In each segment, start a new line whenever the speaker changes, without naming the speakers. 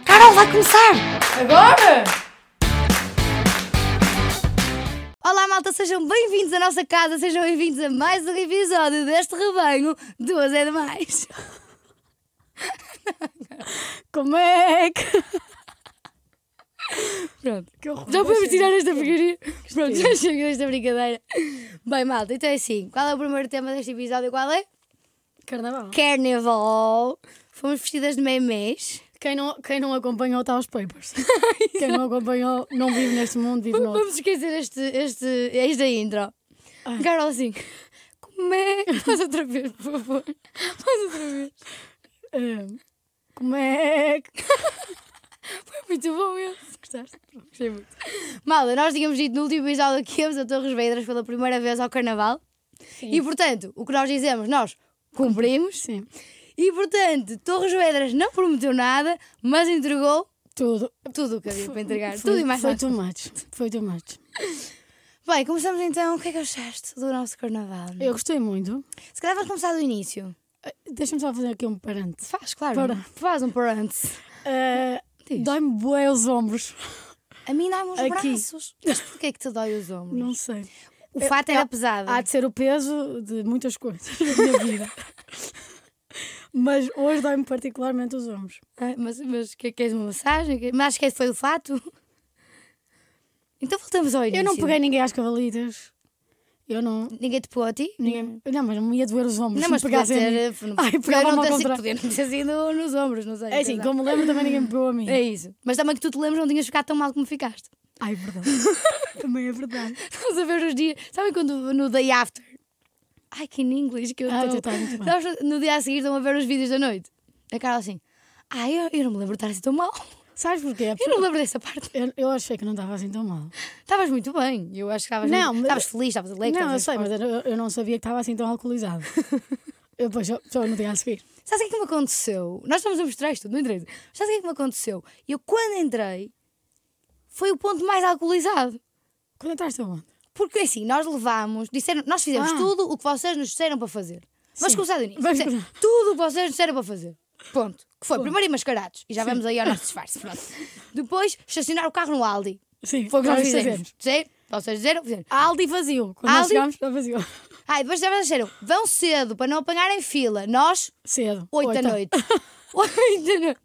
Então vai começar!
Agora?
Olá, malta, sejam bem-vindos à nossa casa, sejam bem-vindos a mais um episódio deste rebanho. Duas é demais.
Como é que.
Pronto.
que horror.
Já podemos tirar esta porcaria? Pronto, já chega desta brincadeira. Bem, malta, então é assim. Qual é o primeiro tema deste episódio? Qual é?
Carnaval.
Carnaval. Fomos vestidas de memes.
Quem não, quem não acompanhou está aos papers. quem não acompanhou não vive neste mundo, vive no outro.
Vamos esquecer este, este, esta intro.
Ah.
Carol, assim. Como é? Faz outra vez, por favor. Faz outra vez.
Ahm, como é que.
Muito bom esse.
Gostaste?
Gostei muito. Malda, nós tínhamos dito no último episódio que íamos a Torres Vedras pela primeira vez ao Carnaval. E portanto, o que nós dizemos, nós cumprimos.
Sim.
E portanto, Torres Vedras não prometeu nada, mas entregou
Tudo.
tudo o que havia para entregar.
Foi-
tudo e mais
Foi
nada.
too much. Foi too much.
Bem, começamos então. O que é que achaste do nosso Carnaval?
Eu gostei muito.
Se calhar vais começar do início.
Ah, Deixa-me só fazer aqui um parente.
Faz, claro.
Para.
Faz um parante.
Ah,
Diz.
Dói-me bué os ombros.
A mim dá-me os
Aqui.
braços. Mas porquê é que te dói os ombros?
Não sei.
O fato
é-
era pesado.
Há de ser o peso de muitas coisas da minha vida. Mas hoje dói-me particularmente os ombros.
Ah, Mas, mas
é
que, queres uma massagem? Que- Mas acho que foi o fato. Então voltamos ao início.
Eu não peguei ninguém às cavalitas. Eu não.
Ninguém te pegou a ti?
Ninguém... Não, mas me ia doer os ombros.
Não,
se
mas
me
podia
pegassem a mim.
ter. eh,
Ai,
podia
pegava-me
não
ao
ter sido,
contrário.
podia não ter sido nos ombros, não sei.
É assim,
sei lá.
como me lembro, também ninguém me pegou a mim.
É isso. Mas também que tu te lembras, não tinhas ficado tão mal como ficaste.
Ai, verdade. também é verdade.
Estás a ver os dias. Sabem quando no day after? Ai, que em inglês que eu
Ah, tu
estou.
estás muito bem.
Sabes, no dia a seguir estão a ver os vídeos da noite. A Carol assim. Ai, eu, eu não me lembro de estar assim tão mal.
Sabes porquê?
Eu não me lembro dessa parte.
Eu, eu achei que não estava assim tão mal.
Estavas muito bem. Eu acho que estavas.
Não,
muito-
mas-
Estavas feliz, estavas alegre.
não, eu
estavas
sei, mas eu, eu não sabia que estava assim tão alcoolizado. eu depois só, só no dia a seguir.
Sabes o que é que me aconteceu? Nós estamos a mostrar isto, não interessa. Sabes o que é que me aconteceu? Eu, quando entrei, foi o ponto mais alcoolizado.
Quando estás tão bom?
Porque assim, nós levámos, disseram, nós fizemos
Ah.
tudo o que vocês nos disseram para fazer. Vamos
Sim.
começar do início.
Vamos
Disseram
começar.
Tudo o que vocês nos disseram para fazer. Ponto. Que foi primeiro ir mascarados. E já vamos aí ao nosso disfarce. Pronto. Depois, estacionar o carro no Aldi.
Sim,
Foi o que nós
nós
fizemos. Dizer, vocês disseram, fizemos.
Aldi vazio. Quando
Aldi-
nós chegámos, está vazio.
Ah, e depois já vocês disseram, vão cedo para não apanharem fila. Nós,
Cedo.
oito da
Oito.
noite. Oito da noite.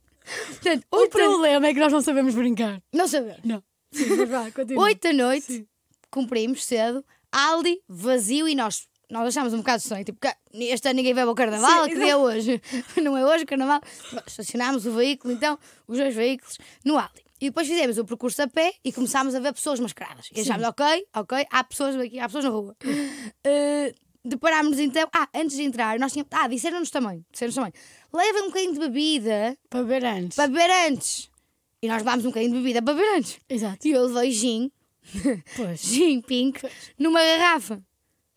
Portanto,
O
oito da noite.
problema é que nós não sabemos brincar.
Não sabemos.
Não. Sim, mas vá, continua.
8 da noite, cumprimos cedo, Aldi vazio e nós. Nós achámos um bocado estranho, tipo, "Cá, este ano ninguém vai ao carnaval,
Sim,
que dia é hoje? Não é hoje o carnaval. Estacionámos o veículo, então, os dois veículos, no Aldi. E depois fizemos o percurso a pé e começámos a ver pessoas mascaradas. E achámos, ok, ok, há pessoas aqui, há pessoas na rua. Uh, deparámos então, ah, antes de entrar, nós tínhamos, ah, disseram-nos também, disseram-nos também, levem um bocadinho de bebida
Para ver antes.
para beber antes. E nós levámos um bocadinho de bebida para beber antes.
Exato.
E eu levei gin,
Pois.
gin pink numa garrafa.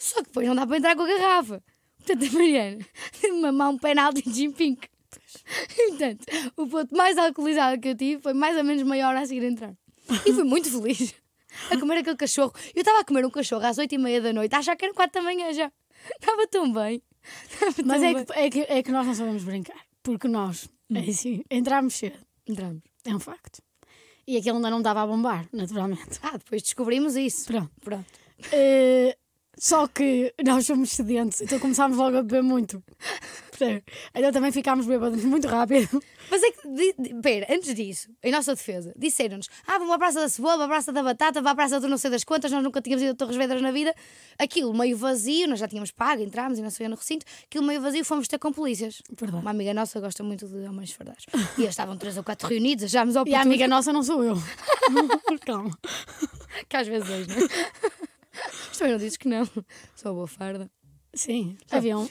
Só que depois não dá para entrar com a garrafa. Portanto, a Mariana teve uma mão um penalti de gin pink. Portanto, o ponto mais alcoolizado que eu tive foi mais ou menos meia hora a seguir a entrar. E fui muito feliz a comer aquele cachorro. Eu estava a comer um cachorro às oito e meia da noite, a achar que era quatro da manhã já. Estava tão bem. Estava
Mas
tão
é
bem.
que, é, que, é que nós não sabemos brincar. Porque nós, é assim, entramos cedo.
Entramos.
É um facto. E aquilo ainda não estava a bombar, naturalmente.
Ah, depois descobrimos isso.
Pronto.
Pronto.
Eh, só que nós somos sedentes, então começámos logo a beber muito. Percebe? Então também ficámos bêbados muito rápido.
Mas é que, di- di- pera, antes disso, em nossa defesa, disseram-nos: ah, vamos à Praça da Cebola, vá à Praça da Batata, vá à Praça do não sei das quantas, nós nunca tínhamos ido a Torres Vedras na vida. Aquilo meio vazio, nós já tínhamos pago, entrámos e não sei onde no recinto, aquilo meio vazio, fomos ter com polícias.
Verdade.
Uma amiga nossa gosta muito de homens fardados. E eles estavam três ou quatro reunidos, achámos ao
E a amiga nossa não sou eu. Calma.
que às vezes
né?
és, não é? Mas também não dizes que não, sou boa farda.
Sim, havia um.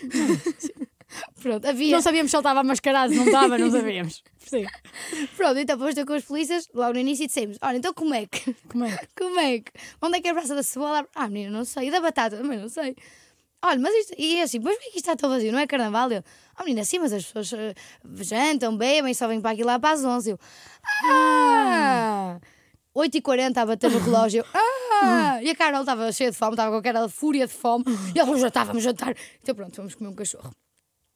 Pronto, havia.
Não sabíamos se ele estava mascarado, se não estava, não sabíamos. Sim.
Pronto, então fomos ter com as polícias logo no início e dissemos: olha, então como é que.
Como é? que-
Como é que? Onde é que é a praça da cebola? Ah, menina, não sei. E da batata? Também não sei. Olha, mas isto. E é assim, mas porquê que isto está tão vazio? Não é carnaval? Eu, ah, menina, sim, mas as pessoas eh, jantam, bebem, só vêm para aqui lá para as 11. Eu, ah! 8h40 a bater no relógio. Eu,
Uhum.
Ah! E a Carol estava cheia de fome, estava com aquela fúria de fome. E ela, já estávamos a jantar. Então pronto, vamos comer um cachorro.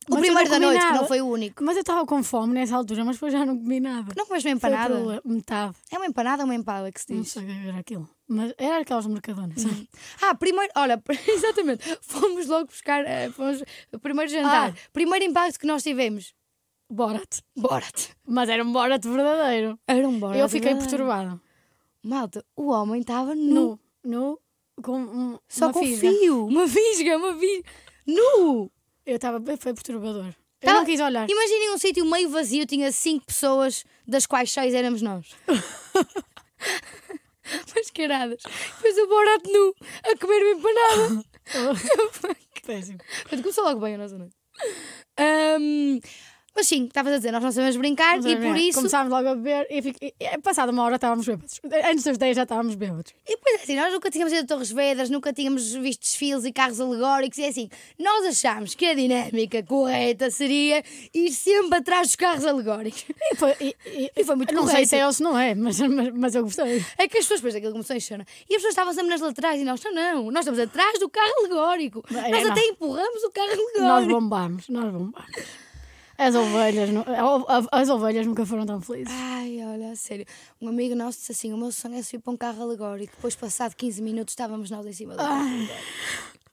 O
Mas eu
primeiro
não
da
comi
noite, que
nada.
não foi o único.
Mas eu estava com fome nessa altura, mas depois já não comi nada.
Não comeste uma
Foi
empanada?
pela Metade.
É uma empanada ou uma empada que se
Não
diz?
sei o que era aquilo. Mas era aquelas mercadonas. sabe?
Ah, primeiro, olha, exatamente. Fomos logo buscar, eh, fomos, primeiro jantar. Primeiro impacto que nós tivemos.
Borat.
Borat.
Mas era um Borat verdadeiro.
Era um Borat.
eu fiquei
verdade.
perturbada.
Malta, o homem estava nu.
Nu. Nu. Com um,
Só
uma
com
fisga.
fio. Uma visga, uma visga. Nu!
Eu estava. Foi perturbador. Eu
Tava-
não quis olhar.
Imaginem um sítio meio vazio, tinha cinco pessoas, das quais seis éramos nós. Mascaradas. Depois o Borat nu a comer uma empanada.
Péssimo.
Mas começou logo bem a nossa noite. Ahm, mas sim, estavas a dizer, nós não sabemos brincar
Mas
e
era
por
melhor.
isso.
Começámos logo a beber e, fiquei... e passada uma hora estávamos bêbados. Antes das 10 já estávamos bêbados.
E depois é assim, nós nunca tínhamos ido a Torres Vedras, nunca tínhamos visto desfiles e carros alegóricos, e é assim, nós achámos que a dinâmica correta seria ir sempre atrás dos carros alegóricos.
E foi, e- e-
E foi muito
Não sei
correto.
se é ou se não é, mas, mas, mas eu gostei.
É que as pessoas, depois aquilo começou a encher, não é? e as pessoas estavam sempre nas laterais e nós, não, não, nós estamos atrás do carro alegórico.
Não, é,
nós
não.
até empurramos o carro
Nós
alegórico.
bombámos, nós bombámos. As ovelhas, nu- a- a- as ovelhas nunca foram tão felizes.
Ai, olha, a sério. Um amigo nosso disse assim: o meu sonho é subir para um carro alegórico. Depois, passado 15 minutos, estávamos nós em cima do carro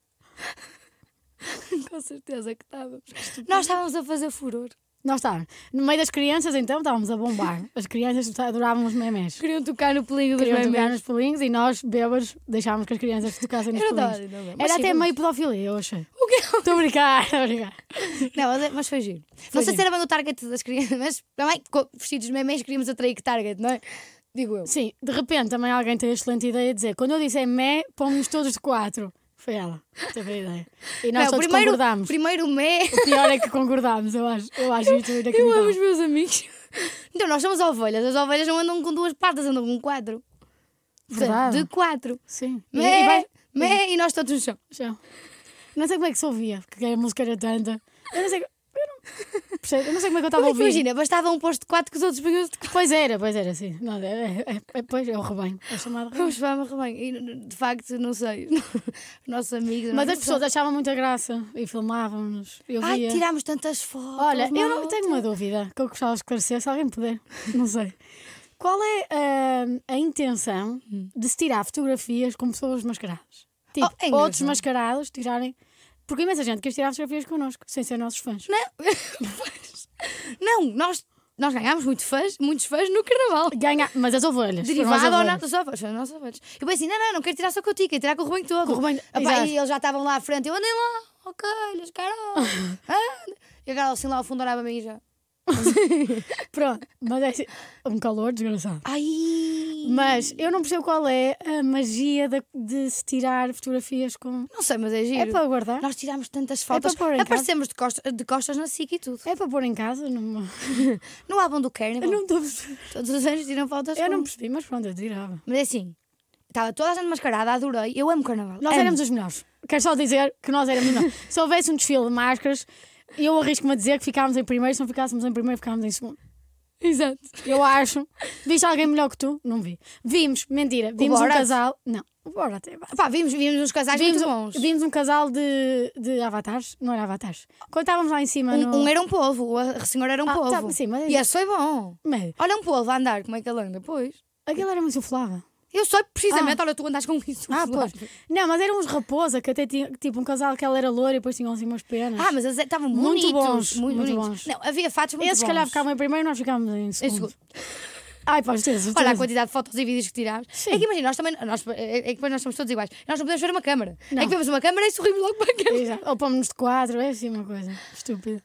alegórico. Com certeza que estávamos. Nós estávamos a fazer furor.
Nós estávamos. No meio das crianças, então, estávamos a bombar. As crianças adoravam os memes.
Queriam tocar no pelinho dos
Queriam tocar
memes.
nos pelinhos e nós, bêbados, deixávamos que as crianças tocassem nos
Eu adoro,
pelinhos.
não, não, mas
Era até
chegamos.
meio pedofilia, eu achei.
O que é
Estou a brincar, estou a brincar.
Não, mas- é- mas foi giro. não sei
giro.
se era bem o target das crianças, mas também, co- vestidos de memes, queríamos atrair que target, não é? Digo eu.
Sim, de repente também alguém tem a excelente ideia de dizer: quando eu disser mé, pomos todos de quatro. Foi ela, teve a ideia. E nós
não,
todos
primeiro,
concordámos.
primeiro me.
O pior é que concordámos, eu acho. Eu acho isto
Eu amo
inacreditável.
os meus amigos. Então, nós somos ovelhas. As ovelhas não andam com duas patas, andam com quatro. Portanto,
Verdade.
De quatro.
Sim. E- e vai-
Mé, mé, e nós todos no chão.
Já. Não sei como é que se ouvia, porque a música era tanta. Eu não sei. Eu não, percebo, eu não sei como é que eu estava a
Como é que
ouvir.
imagina, bastava um posto de quatro que os outros punham-se de quatro.
Pois era, pois era, sim. Não, é, é, é- é- pois é o rebanho. É chamado rebanho.
Vamos para o rebanho. E, de facto, não sei. Os nossos amigos.
Mas
nós
as pessoas achavam muita graça e filmavam-nos. Eu
Ai,
via.
tirámos tantas fotos.
Olha, eu não
malta.
tenho uma dúvida que eu gostava de esclarecer, se alguém puder. Não sei. Qual é ah, a intenção de se tirar fotografias com pessoas mascaradas? Tipo,
Hum. Oh, é engraçado.
outros mascarados tirarem. Porque imensa gente quis tirar fotografias connosco, sem ser nossos fãs.
Não, nós, nós ganhámos muito fãs, muitos fãs no carnaval.
Ganha, mas as ovelhas. foram as
Derivado ou
ovelhas.
nada, só fãs, nós só fãs. Eu pensei, não, não, não quero tirar só contigo, quero tirar com o rebanho todo.
Com o rebanho,
Epá,
exato.
e eles já estavam lá à frente, eu andei lá, ok, eles Carol. anda. e a Carol assim lá ao fundo olhava a mim já.
Pronto, mas é assim, um calor desgraçado.
Ai!
Mas eu não percebo qual é a magia de, de se tirar fotografias com.
Não sei, mas é giro.
É para guardar?
Nós tirámos tantas fotos,
É para pôr em casa?
aparecemos de costas, de costas na SIC e tudo.
É para pôr em casa? Numa...
No álbum do Carnival,
Eu não estou.
todos os anos tiram fotos.
Eu
com-
não percebi, mas pronto, eu tirava.
Mas é assim, estava toda a gente mascarada, adorei, eu amo carnaval.
Nós
amo.
éramos os melhores. Quero só dizer que nós éramos os melhores. Se houvesse um desfile de máscaras, eu arrisco-me a dizer que ficávamos em primeiro. Se não ficássemos em primeiro, ficávamos em segundo.
Exato.
Eu acho. Viste alguém melhor que tu? Não vi. Vimos, mentira. Vimos um
Borat?
casal. Não, o Borat é
Pá, vimos, vimos uns casais
Vimos,
muito bons.
vimos um casal de, de avatares, não era avatares. Quando estávamos lá em cima
Um,
no.
um era um polvo, a senhora era um
Ah,
polvo.
tá, sim, mas-
E esse foi bom.
Mas
Olha um polvo a andar, como é que ele anda? Pois.
aquilo era muito insuflável.
Eu sei precisamente, olha, tu andas com isso.
Ah,
claro.
pois. Não, mas eram uns raposa que até tinha tipo um casal que ela era loura e depois tinham assim umas penas.
Ah, mas eles estavam bonitos.
Muito bons, muito
bonitos.
bons.
Não, havia fatos muito
Esses se
bons.
calhar ficavam em primeiro e nós ficávamos em
Em
segundo.
segundo.
Ai, pá, certeza.
Olha a quantidade de fotos e vídeos que tirámos.
Sim.
É que imagina, nós também. Nós, é é que depois nós somos todos iguais. Nós não podemos ver uma câmara.
Não.
É que vemos uma câmara e sorrimos logo para a câmara.
Exato. Ou pomos-nos de quatro, é assim uma coisa estúpida.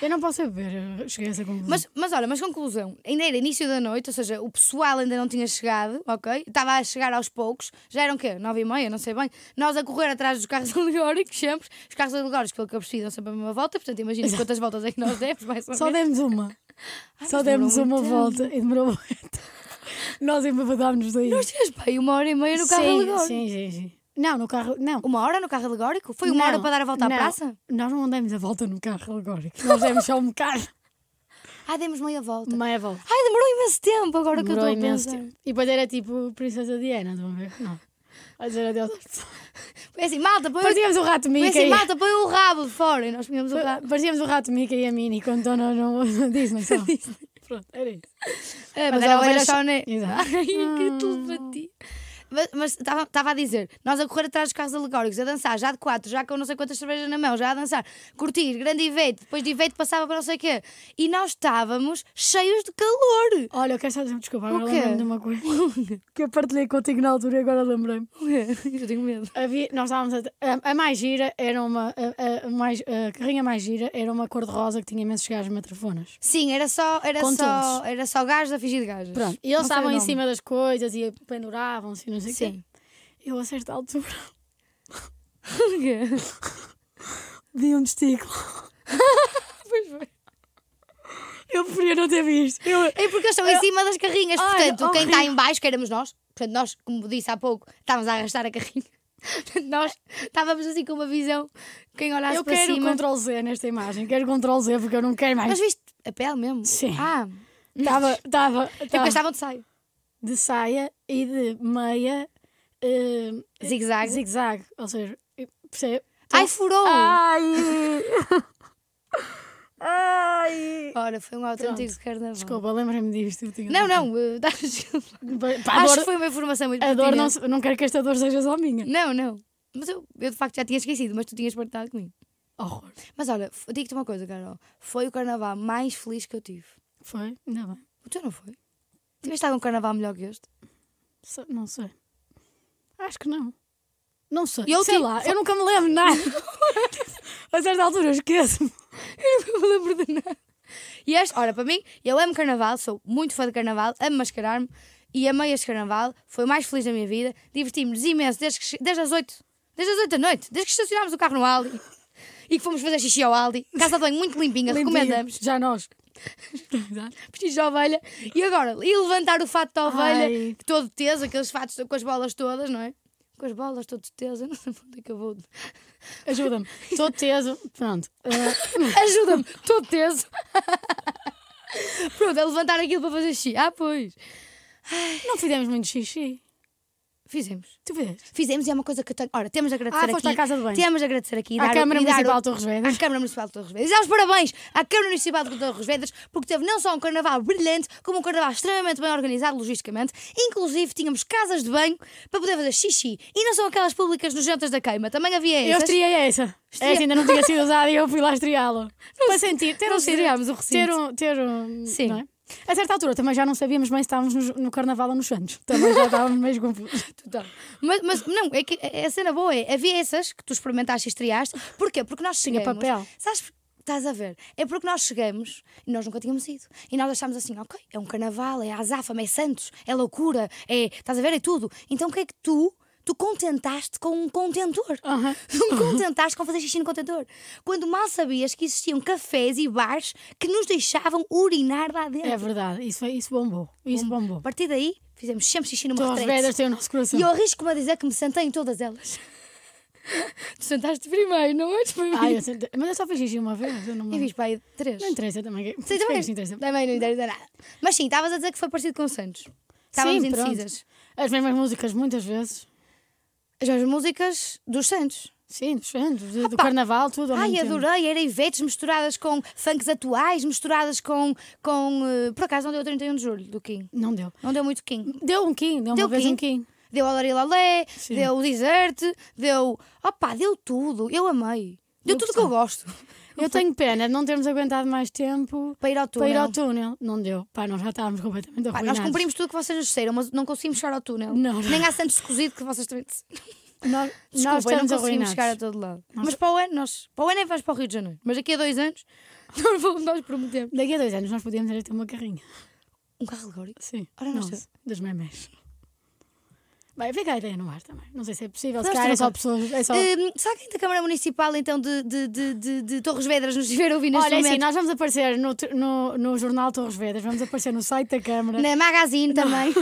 Eu não posso saber, eu cheguei a essa conclusão.
Mas, mas olha, mas conclusão, ainda era início da noite, ou seja, o pessoal ainda não tinha chegado, ok? Estava a chegar aos poucos, já eram o quê? Nove e meia, não sei bem. Nós a correr atrás dos carros alegóricos, sempre. Os carros alegóricos, pelo que eu percebi, dão sempre a mesma volta, portanto, imagina quantas voltas é que nós demos, mais ou
Só
menos.
demos uma.
Ah,
Só
mas demorou
demos uma
muito
volta e demorou muito. Nós embabadámos-nos daí.
Nós tínhamos bem uma hora e meia no carro
sim,
alegórico.
sim, sim, sim. Não, no carro. Não.
Uma hora no carro alegórico? Foi uma
Não,
hora para dar a volta
não.
à praça?
Nós não demos a volta no carro alegórico. Nós demos só um bocado.
Ah, demos meia volta.
Meia volta.
Ai, demorou imenso tempo agora
Demorou
que eu estou a
imenso
pensar.
tempo. E depois era tipo Princesa Diana, estão a ver? Não. A dizer adeus às pessoas.
Foi assim, malta, põe,
Parecíamos o rato
foi assim,
Mickey.
malta, põe o rabo de fora. E nós punhamos o rabo.
Parecíamos o rato Mickey e a Minnie quando estão no, no, no Disney. só. Pronto, era isso.
Ah,
É, Mas
mas
era
agora
ovelha
só
só-
né?
Exato. Ah.
Ai, que telepatia. Mas- Mas estava a dizer, nós a correr atrás dos carros alegóricos, a dançar, já de quatro, já com não sei quantas cervejas na mão, já a dançar, curtir, grande evento, depois de evento passava para não sei o quê. E nós estávamos cheios de calor.
Olha, eu quero só dizer, desculpa, agora
quê?
lembrei-me de uma coisa que eu partilhei contigo na altura e agora lembrei-me.
Eu tenho medo.
Havia- nós estávamos a, a, a mais gira era uma. A, a- a mais, a carrinha mais gira era uma cor-de-rosa que tinha imensos gajos matrafonas.
Sim, era só, era
Com
só,
todos.
era só gajos a fingir de gajos.
Pronto, e
Não
eles
sei
estavam
o
em
nome.
cima das coisas e penduravam-se e não sei o quê.
Sim.
Eu a certa altura vi um testículo.
pois foi.
Eu preferia não ter visto. Eu-
É porque eles estão em cima das carrinhas,
Ai,
portanto, quem está
horrível.
em baixo, que éramos nós, portanto, nós, como disse há pouco, estávamos a arrastar a carrinha. Portanto, nós estávamos assim com uma visão, quem olhasse
Eu
para
quero
cima.
Ctrl Z nesta imagem, quero Ctrl Z porque eu não quero
Mas
mais.
viste a pele mesmo?
Sim.
Ah,
Estava, estava,
eu
estava
gostava de saio.
de saia e de meia eh,
Zig-zag.
zigue-zague. Ou seja, percebe?
Ai, furou!
Ai! Ai!
Ora, foi um autêntico
Pronto.
carnaval.
Desculpa, lembrei-me disto. eu tinha-
Não, não, eh, dá- desculpa.
Pá, a
Acho que
dor,
foi uma informação muito
a dor não,
pertinente.
se- não quero que esta dor seja só minha.
Não, não. Mas eu, eu de facto já tinha esquecido, mas tu tinhas partilhado comigo.
Horror.
Mas olha, f- digo-te uma coisa, Carol. Foi o carnaval mais feliz que eu tive.
Foi? Ainda bem.
O teu não foi? Tiveste algum carnaval melhor que este?
Se- Não sei. Acho que não. Não sei.
Eu
sei
tive-
lá, eu nunca me lembro de nada. a certa altura eu esqueço-me.
Eu não me lembro de nada. E este, olha, para mim, eu amo carnaval, sou muito fã de carnaval, amo mascarar-me e amei este carnaval, foi o mais feliz da minha vida, divertimos-nos imenso desde, que che- desde as 8, desde as 8 da noite, desde que estacionámos o carro no Aldi e que fomos fazer xixi ao Aldi, casa de banho muito limpinha,
Limpinho.
recomendamos,
Já nós.
preciso de ovelha, e agora, e levantar o fato da ovelha,
Ai.
todo teso, aqueles fatos com as bolas todas, não é? Com as bolas todo teso, eu não sei para onde é que eu vou.
Ajuda-me. Estou teso. Pronto. Eh,
Ajuda-me, estou teso. Pronto, a levantar aquilo para fazer xixi. Ah, pois.
não fizemos muito xixi.
Fizemos.
Tu vês?
Fizemos e é uma coisa que eu tenho. Ora, temos de agradecer
Ah, foste
aqui.
à casa de banho.
Temos de agradecer aqui. e
À
dar-
Câmara
e dar
Municipal
o-
de Torres
À
Vedras.
Câmara Municipal de Torres Vedras. E dá os parabéns à Câmara Municipal de Torres Vedras, porque teve não só um carnaval brilhante, como um carnaval extremamente bem organizado logisticamente. Inclusive, tínhamos casas de banho para poder fazer xixi. E não são aquelas públicas nojentas da queima. Também havia
Eu
essas.
estriei essa.
Estria-
Essa ainda não tinha sido usada e eu fui lá estreá-la. Para sentir, ter um
nós estreámos o recinto.
Ter um. Ter um
Sim.
não é? A certa altura também já não sabíamos bem se estávamos nos- no, Carnaval ou nos Santos. Também já estávamos meio confusos.
Total. Então, Mas, mas, não, é que a a cena boa é, havia essas que tu experimentaste e estreaste. Porquê? Porque nós
Tinha
chegamos...
papel.
Sabes, por- estás a ver? É porque nós chegamos e nós nunca tínhamos ido. E nós achámos assim, ok, é um carnaval, é azáfama, é santos, é loucura, é... Estás a ver? É tudo. Então o que é que tu... Tu contentaste com um contentor.
Aham.
Tu me contentaste com fazer xixi no contentor. Quando mal sabias que existiam cafés e bares que nos deixavam urinar lá dentro.
É verdade. Isso, foi- isso bombou. Isso é
A
bombou.
partir daí, fizemos sempre xixi numa
Torres
retrete.
Vedras tem o nosso coração.
E eu arrisco-me a dizer que me sentei em todas elas. tu sentaste primeiro, não é? antes para mim.
Ah, eu sente- Mas eu só fiz xixi uma vez. Eu não, me-
Eu fiz para aí três.
não interessa também. que-
Sim,
Espero
também,
que se interessa.
também não interessa nada. Mas sim, estavas a dizer que foi parecido com o Santos. Estávamos
Sim, pronto.
indecisas.
As mesmas músicas muitas vezes.
As mesmas músicas dos Santos.
Sim, dos Santos, do, do Carnaval, tudo. ao
Ai,
mesmo tempo.
adorei. Era Ivetes misturadas com funks atuais, misturadas com. com eh, por acaso não deu 31 de julho do Kim.
Não deu.
Não deu muito Kim.
Deu um quim, deu,
Deu
uma vez
quim.
um quim.
Deu Olaria Lolé,
Sim.
deu o Desert, deu. Opá, deu tudo. Eu amei. Deu
Eu
tudo o que eu gosto.
Eu tenho pena de não termos aguentado mais tempo
Para ir ao
para ir
túnel.
ao túnel. Não deu. Pá, nós já estávamos completamente
Pá,
arruinados.
nós cumprimos tudo o que vocês nos disseram, mas não conseguimos chegar ao túnel.
Não, não.
Nem há Santos cozido que vocês também. Desculpa,
Nós,
eu
nós
não
estamos
conseguimos
arruinados.
chegar a todo lado. Mas para o ano, nós. Para o ano é que vamos para o Rio de Janeiro. Mas daqui a dois anos, nós, vamos- nós prometemos.
Daqui a dois anos nós podíamos era ter uma carrinha.
Um carro alegórico.
Sim.
Ora, nós-
Nossa, das memes. Bem, fica a ideia no ar também. Não sei se é possível. Se
Nós
calhar é só
temos-
pessoas. É só...
Hum, será que da Câmara Municipal, então, de, de, de, de, de Torres Vedras nos estiver a ouvir neste
Olha, é assim,
momento?
nós vamos aparecer no, tu- no, no jornal Torres Vedras, vamos aparecer no site da Câmara.
Na Magazine também.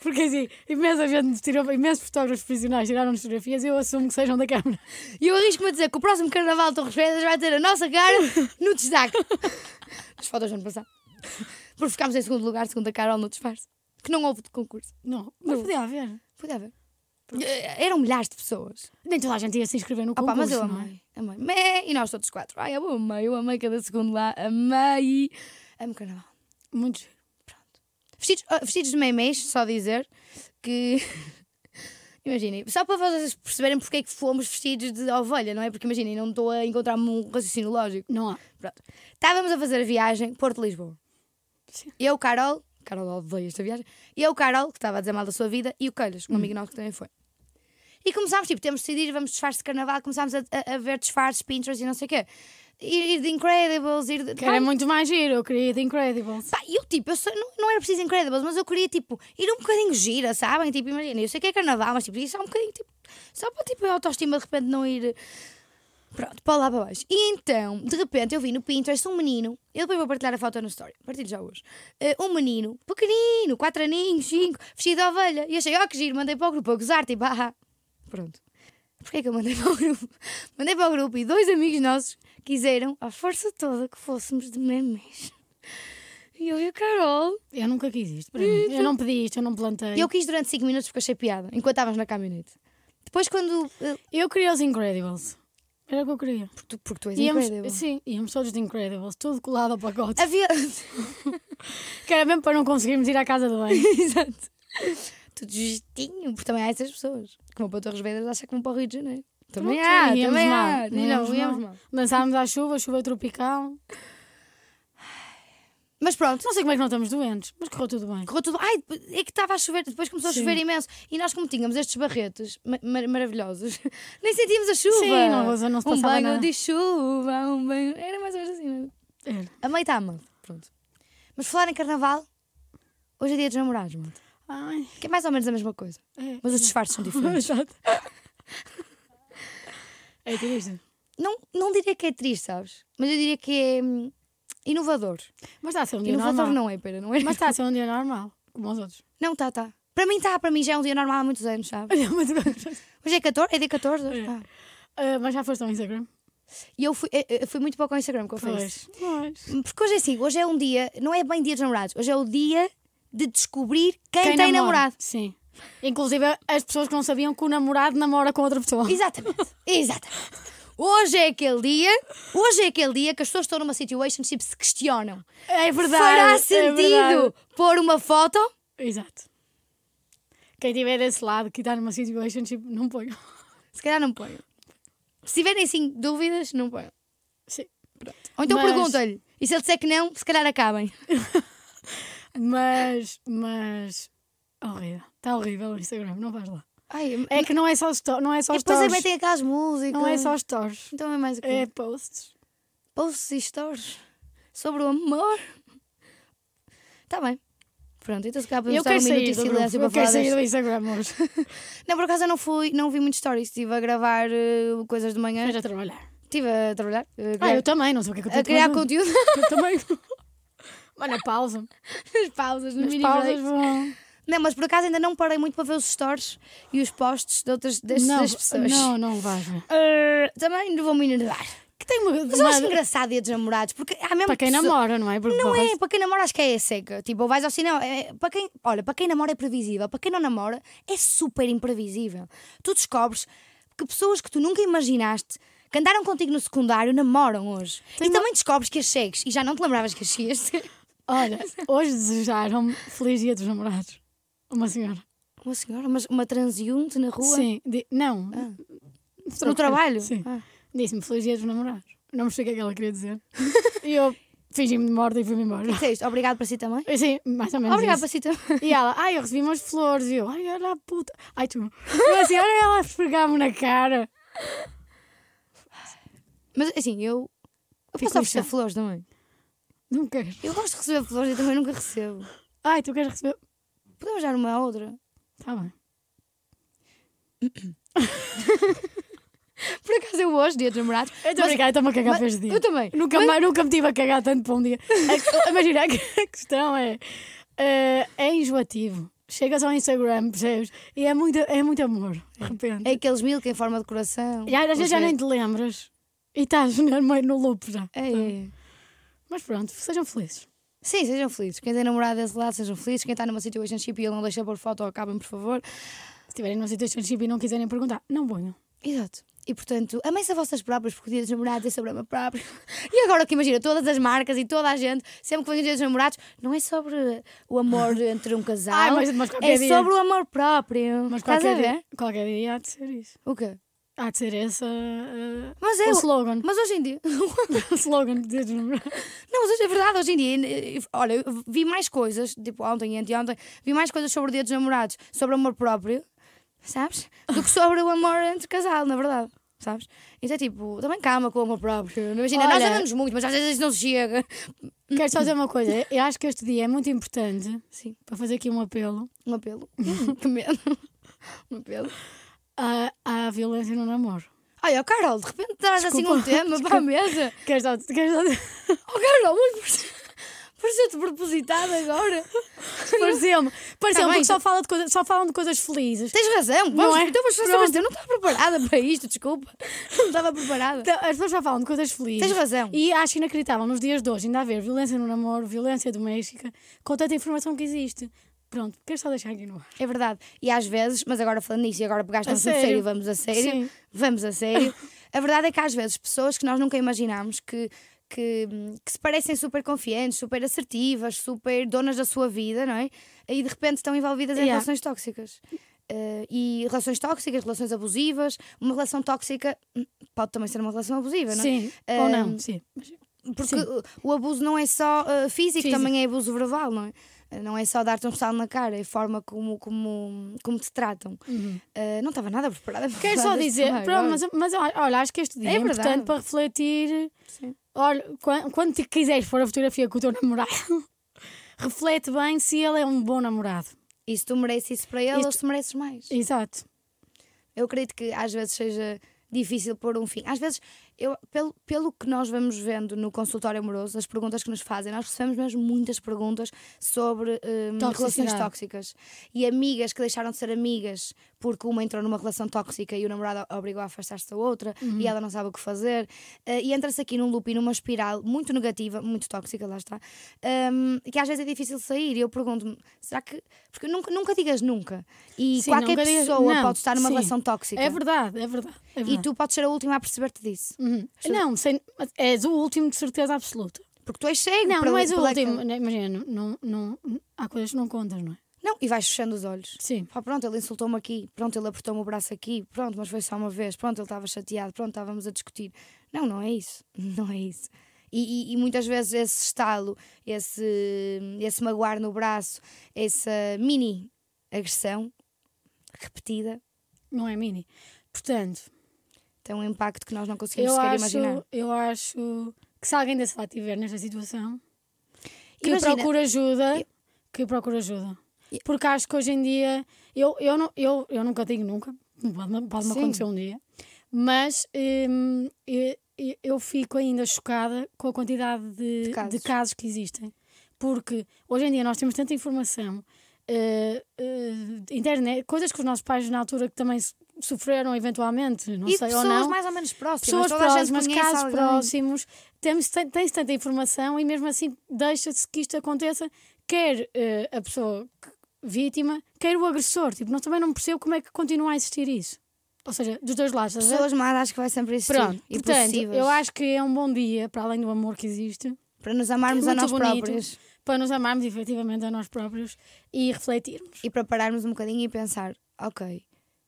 Porque assim, imensa gente tirou, imensos fotógrafos profissionais tiraram-nos fotografias e eu assumo que sejam da Câmara.
E eu arrisco-me a dizer que o próximo Carnaval de Torres Vedras vai ter a nossa cara no destaque. As fotos do ano passado. Porque ficámos em segundo lugar, segundo a Carol, no disfarce. Que não houve de concurso.
Não, mas podia haver.
Podia haver. Eh, Eram milhares de pessoas.
Nem toda a gente ia se inscrever no
Opa,
concurso.
mas eu
não é?
amei. amei. Mé, E nós todos quatro. Ai, eu amei, eu amei cada segundo lá. Amei. Amo carnaval.
Muito giro.
Vestidos, ah, vestidos de meimês, só dizer que. Imaginem, só para vocês perceberem porque é que fomos vestidos de ovelha, não é? Porque imaginem, não estou a encontrar-me um raciocínio lógico.
Não há.
Pronto. Estávamos a fazer a viagem Porto-Lisboa.
Sim.
Eu, Carol, Carol odeia esta viagem. Eu, Carol, que estava a dizer mal da sua vida, e o Calhas, um amigo nosso que também foi. E começámos, tipo, temos de decidir, vamos disfarce de carnaval, começámos a, a- a ver disfarces, Pinterest e não sei o quê. Ir, ir de Incredibles, ir de.
Que era muito mais giro, eu queria The Incredibles.
Pá, eu tipo, eu só- não, não era preciso Incredibles, mas eu queria tipo ir um bocadinho gira, sabem? Tipo, imagina, eu sei que é carnaval, mas tipo, isso é um bocadinho tipo, só para tipo a autoestima de repente não ir pronto, para lá para baixo. E então, de repente, eu vi no Pinterest um menino, eu depois vou partilhar a foto no story, partilho já hoje. eh, um menino, pequenino, quatro aninhos, cinco, vestido de ovelha. E achei, ó que giro, mandei para o grupo a gozar, tipo, ah, ah. pronto. Porquê que eu mandei para o grupo? Mandei para o grupo e dois amigos nossos quiseram, à força toda, que fôssemos de memes. E eu e a Carol.
Eu nunca quis isto para mim. Eu não pedi isto, eu não plantei.
Eu quis durante 5 minutos porque achei piada, enquanto estávamos na caminhonete. Depois quando. eh,
Eu queria os Incredibles. Era o que eu queria.
Porque tu, porque tu és
Íamos, assim.
incrível.
sim, íamos todos de Incredibles, tudo colado ao pacote.
Havia.
Que era mesmo para não conseguirmos ir à casa do banho.
Exato. Tudo justinho, porque também há essas pessoas. que vão para Torres Vedras, acha que vão para o Rio de Janeiro. Também
Pronto,
há,
íamos
também
mal,
há. E
íamos
não,
mal.
íamos mal.
Dançámos à chuva, chuva tropical.
Mas pronto,
Não sei como é que não estamos doentes, mas correu tudo bem.
correu tudo. Ai, é que estava a chover, depois começou
Sim.
a chover imenso. E nós, como tínhamos estes barretes ma- mar- maravilhosos, nem sentíamos a chuva.
Sim, não, a não se
um
passava
banho
nada.
de chuva, um banho. Era mais ou menos assim, não é?
Era.
A mãe está amando. Pronto. Mas falar em carnaval, hoje é dia dos namorados, malta.
Ai,
Que é mais ou menos a mesma coisa.
é.
Mas os disfarces são diferentes.
Exato. É triste.
Não, não diria que é triste, sabes? Mas eu diria que é hum, inovador.
Mas está a ser um dia
Inovador
normal.
não é, pera, não é?
Mas está a ser um dia normal, como os outros.
Não, tá, tá. Para mim está, para mim já é um dia normal há muitos anos, sabe?
Olha, mas-
Hoje é 14, é dia 14. hoje?
É.
Ah.
Ah, mas já foste ao Instagram?
E eu fui, eu- eu fui muito pouco ao Instagram, confesso.
Pois.
Porque hoje é assim, hoje é um dia, não é bem dia dos namorados, hoje é o dia de descobrir quem, tem
namora?
namorado.
Sim. Inclusive as pessoas que não sabiam que o namorado namora com outra pessoa.
Exatamente, exatamente. Hoje é aquele dia, hoje é aquele dia que as pessoas estão numa situationship se questionam.
É verdade.
Fará
é
sentido
verdade.
pôr uma foto?
Exato. Quem tiver desse lado que está numa situationship, não põe.
Se calhar não ponho. Se tiverem assim dúvidas, não ponham.
Sim.
Ou então
Mas-
perguntam-lhe. E se ele disser que não, se calhar acabem.
Mas, mas. Horrível. Está horrível o Instagram, não vais lá.
Ai,
É que não é só, sto- não é só
e depois aí
stories.
metem aquelas músicas.
Não é só stories.
Então é mais o quê?
É posts.
Posts e stories sobre o amor. Está bem. Pronto, então se calhar podemos
Eu
estar um
quero
minuto
sair
de
do grupo.
silêncio
Eu
para
quero
falar
sair
deste.
do Instagram hoje.
Não, por acaso eu não fui, não vi muito stories. Estive a gravar eh, coisas de manhã.
Vais a trabalhar.
Estive a trabalhar. eh, A
Ah,
criar,
eu também, não sei o que é que eu
a
estou
criar conteúdo.
trabalhando. Eu também. Olha, pausa.
Nas pausas, nos
As
mini
pausas
breaks.
vão.
Não, mas por acaso ainda não parei muito para ver os stories e os posts de outras destas das pessoas.
Não, não vais ver.
Eh, também não vou me enervar.
Que tem uma.
Mas eu acho engraçado dia dos namorados, porque há mesmo
Para quem
pessoa-
namora, não é? Porque
Não
para o
é,
resto-
para quem namora acho que é seca. Tipo, ou vais ao cinema. é- para quem, olha, para quem namora é previsível, para quem não namora é super imprevisível. Tu descobres que pessoas que tu nunca imaginaste que andaram contigo no secundário namoram hoje.
Tem
e
uma-
também descobres que as segues e já não te lembravas que as seguias.
Olha, hoje desejaram-me Feliz Dia dos Namorados. Uma senhora.
Uma senhora, mas uma transeunte na rua,
Sim. di- Não.
Ah. no trabalho.
Sim.
Ah.
Disse-me Feliz Dia dos Namorados. Não me sei o que é que ela queria dizer. e eu fingi-me de morta e fui-me embora.
Disseste, obrigado para si também.
Eu, Sim, mais ou menos.
Obrigado
isso.
para si também.
E ela, ai, eu recebi umas flores. E eu, ai, olha a puta. Ai, tu. E assim, olha ela a esfregar-me na cara.
Mas assim, eu. Eu
Fico
posso oferecer
lixada.
flores também.
Não queres.
Eu gosto de receber flores e também nunca recebo.
Ai, tu queres receber.
Podemos dar uma à outra?
Está bem.
Por acaso eu hoje, dia dos namorados.
Eu
mas-
estou a brincar, eu estou-me a cagar
mas-
para este dia.
Eu também.
Nunca, mais, nunca me tive a cagar tanto para um dia. A- Imagina, a questão é. eh, é enjoativo. Chegas ao Instagram, percebes? E é muito, é muito amor, de repente.
É aqueles mil que em forma de coração.
Já, às vezes já
Não sei.
nem te lembras. E estás no, meio no loop já.
É, é.
Mas pronto, sejam felizes.
Sim, sejam felizes. Quem tem namorado desse lado, sejam felizes. Quem está numa situationship e ele não deixa pôr foto, acabem, por favor.
estiverem numa situationship e não quiserem perguntar, não ponham.
Exato. E portanto, amem-se a vossas próprias, porque o dia dos namorados é sobre amor próprio. E agora que imagina, todas as marcas e toda a gente, sempre que vem o dia dos namorados, não é sobre o amor entre um casal,
Ai, mas- mas qualquer
é
dia.
sobre o amor próprio.
Mas
Estás a
qualquer
ver?
dia, qualquer dia há de ser isso.
O quê?
Há de ser esse ah, ah,
Mas é
o
o-
slogan.
Mas hoje em dia.
o slogan de dias dos namorados.
Não, mas hoje é verdade, hoje em dia. eh, eh, Olha, eu vi mais coisas, tipo ontem e anteontem, vi mais coisas sobre o dia dos namorados, sobre amor próprio, sabes? Do que sobre o amor entre casal, na verdade. Sabes? Então é tipo, também calma com o amor próprio. Imagina, nós
Olha-
amamos muito, mas às vezes isso não chega.
Quero só dizer uma coisa. Eu acho que este dia é muito importante
Sim,
para fazer aqui um apelo
um apelo. que medo. Um apelo.
à, à violência no namoro.
Olha, Carol, de repente traz assim um
Desculpa,
tema para a mesa.
Quero só, quero só dizer-
Oh, Carol, mas pareceu-te propositado agora.
Pareceu-me. Pareceu-me
Tá bem.
porque só, fala de coisa- só falam de coisas felizes.
Tens razão,
Não
vamos,
é?
então vamos fazer
Pronto.
mas Eu não estava preparada para isto, desculpa. Não estava preparada.
Então, As pessoas só falam de coisas felizes.
Tens razão.
E acho inacreditável nos dias de hoje ainda haver violência no namoro, violência doméstica, com tanta informação que existe. Pronto, quero só deixar aqui no ar.
É verdade. E às vezes, mas agora falando nisso, e agora pegaste
A
no sério.
sério?
vamos a sério,
Sim.
vamos a sério. A verdade é que às vezes pessoas que nós nunca imaginámos que, que, que se parecem super confiantes, super assertivas, super donas da sua vida, não é? E de repente estão envolvidas em
Yeah.
relações tóxicas. Eh, e relações tóxicas, relações abusivas, uma relação tóxica hum, pode também ser uma relação abusiva, não é?
Sim,
Ah,
ou não, sim.
Porque
Sim.
o- o abuso não é só uh, físico,
Físico.
também é abuso verbal, não é? Uh, Não é só dar-te um estalo na cara, é a forma como, como, como te tratam. Uh, não estava nada preparada para
Uhum. Quero
falar
só
deste
dizer,
tema
pronto,
agora.
mas, mas olha, acho que este dia
É
é, importante
verdade.
para refletir.
Sim.
Olha, quan- quando te quiseres pôr a fotografia com o teu namorado, reflete bem se ele é um bom namorado.
E se tu mereces isso para ele
Isto-
ou se mereces mais?
Exato.
Eu acredito que às vezes seja difícil pôr um fim. Às vezes, eu, pelo, pelo que nós vamos vendo no consultório amoroso, as perguntas que nos fazem, nós recebemos mesmo muitas perguntas sobre hum,
Toxicidade.
relações tóxicas. E amigas que deixaram de ser amigas porque uma entrou numa relação tóxica e o namorado a obrigou a afastar-se da outra
Uhum.
e ela não sabe o que fazer. Eh, e entra-se aqui num loop e numa espiral muito negativa, muito tóxica, lá está, hum, que às vezes é difícil sair. E eu pergunto-me, será que. Porque nunca, nunca digas nunca. E
Sim,
qualquer
nunca digas-
pessoa
não,
pode estar numa
sim.
relação tóxica.
É verdade, é verdade. é
E
verdade.
tu podes ser a última a perceber-te disso.
Uhum. Não, sem, mas és o último de certeza absoluta.
Porque tu és cego.
Não,
para-
não és o
para-
último. Não, Imagina, não, não, não- há coisas que não contas, não é?
Não, e vais fechando os olhos.
Sim.
Pá, pronto, ele insultou-me aqui. Pronto, ele apertou-me o braço aqui. Pronto, mas foi só uma vez. Pronto, ele estava chateado. Pronto, estávamos a discutir. Não, não é isso. Não é isso. E, e- e muitas vezes esse estalo, esse, esse magoar no braço, essa mini agressão repetida
Não é mini. Portanto,
tem um impacto que nós não conseguimos
eu
sequer
acho,
imaginar.
eu acho que se alguém desse lá estiver nesta situação, que
Imagina-
procura ajuda, que procura ajuda.
Eu-
Porque acho que hoje em dia, eu, eu, não, eu, eu nunca digo nunca, pode-me pode-me
Sim.
acontecer um dia, mas hum, eu, eu- eu fico ainda chocada com a quantidade de, de casos.
casos.
que existem. Porque hoje em dia nós temos tanta informação, eh, eh, de internet, coisas que os nossos pais na altura que também so- sofreram eventualmente, não
E de
sei,
pessoas
ou não
mais ou menos próximas.
pessoas
toda a gente
próximas,
conhece
casos
alguém.
próximos, temos, tem- tem-se tanta informação e mesmo assim deixa-se que isto aconteça, quer eh, a pessoa que- vítima, quer o agressor. Tipo, não, também não percebo como é que continua a existir isso. Ou seja, dos dois lados. estás a ver?
Pessoas más acho que vai sempre existir.
Pronto,
e
portanto,
possíveis.
eu acho que é um bom dia, para além do amor que existe,
Para nos amarmos
É
a
muito
nós
bonito.
próprios.
para nos amarmos efetivamente a nós próprios e refletirmos.
E para pararmos um bocadinho e pensar, ok,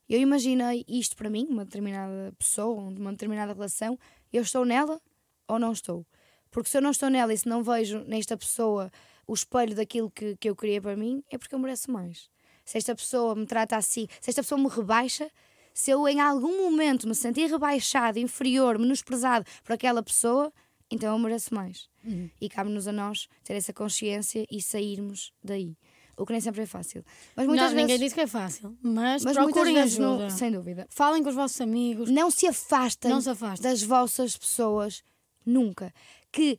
eu imaginei isto para mim, uma determinada pessoa, um, uma determinada relação, eu estou nela ou não estou? Porque se eu não estou nela e se não vejo nesta pessoa o espelho daquilo que, que eu queria para mim, é porque eu mereço mais. Se esta pessoa me trata assim, se esta pessoa me rebaixa, se eu em algum momento me sentir rebaixado, inferior, menosprezado por aquela pessoa, então eu mereço mais.
Uhum.
E cabe-nos a nós ter essa consciência e sairmos daí. O que nem sempre é fácil. Mas muitas
Não,
vezes.
Ninguém diz que é fácil, mas,
mas muitas
procurem
vezes não-
ajuda.
sem dúvida.
Falem com os vossos amigos,
Não se afastem
não se afastem.
das vossas pessoas nunca. Que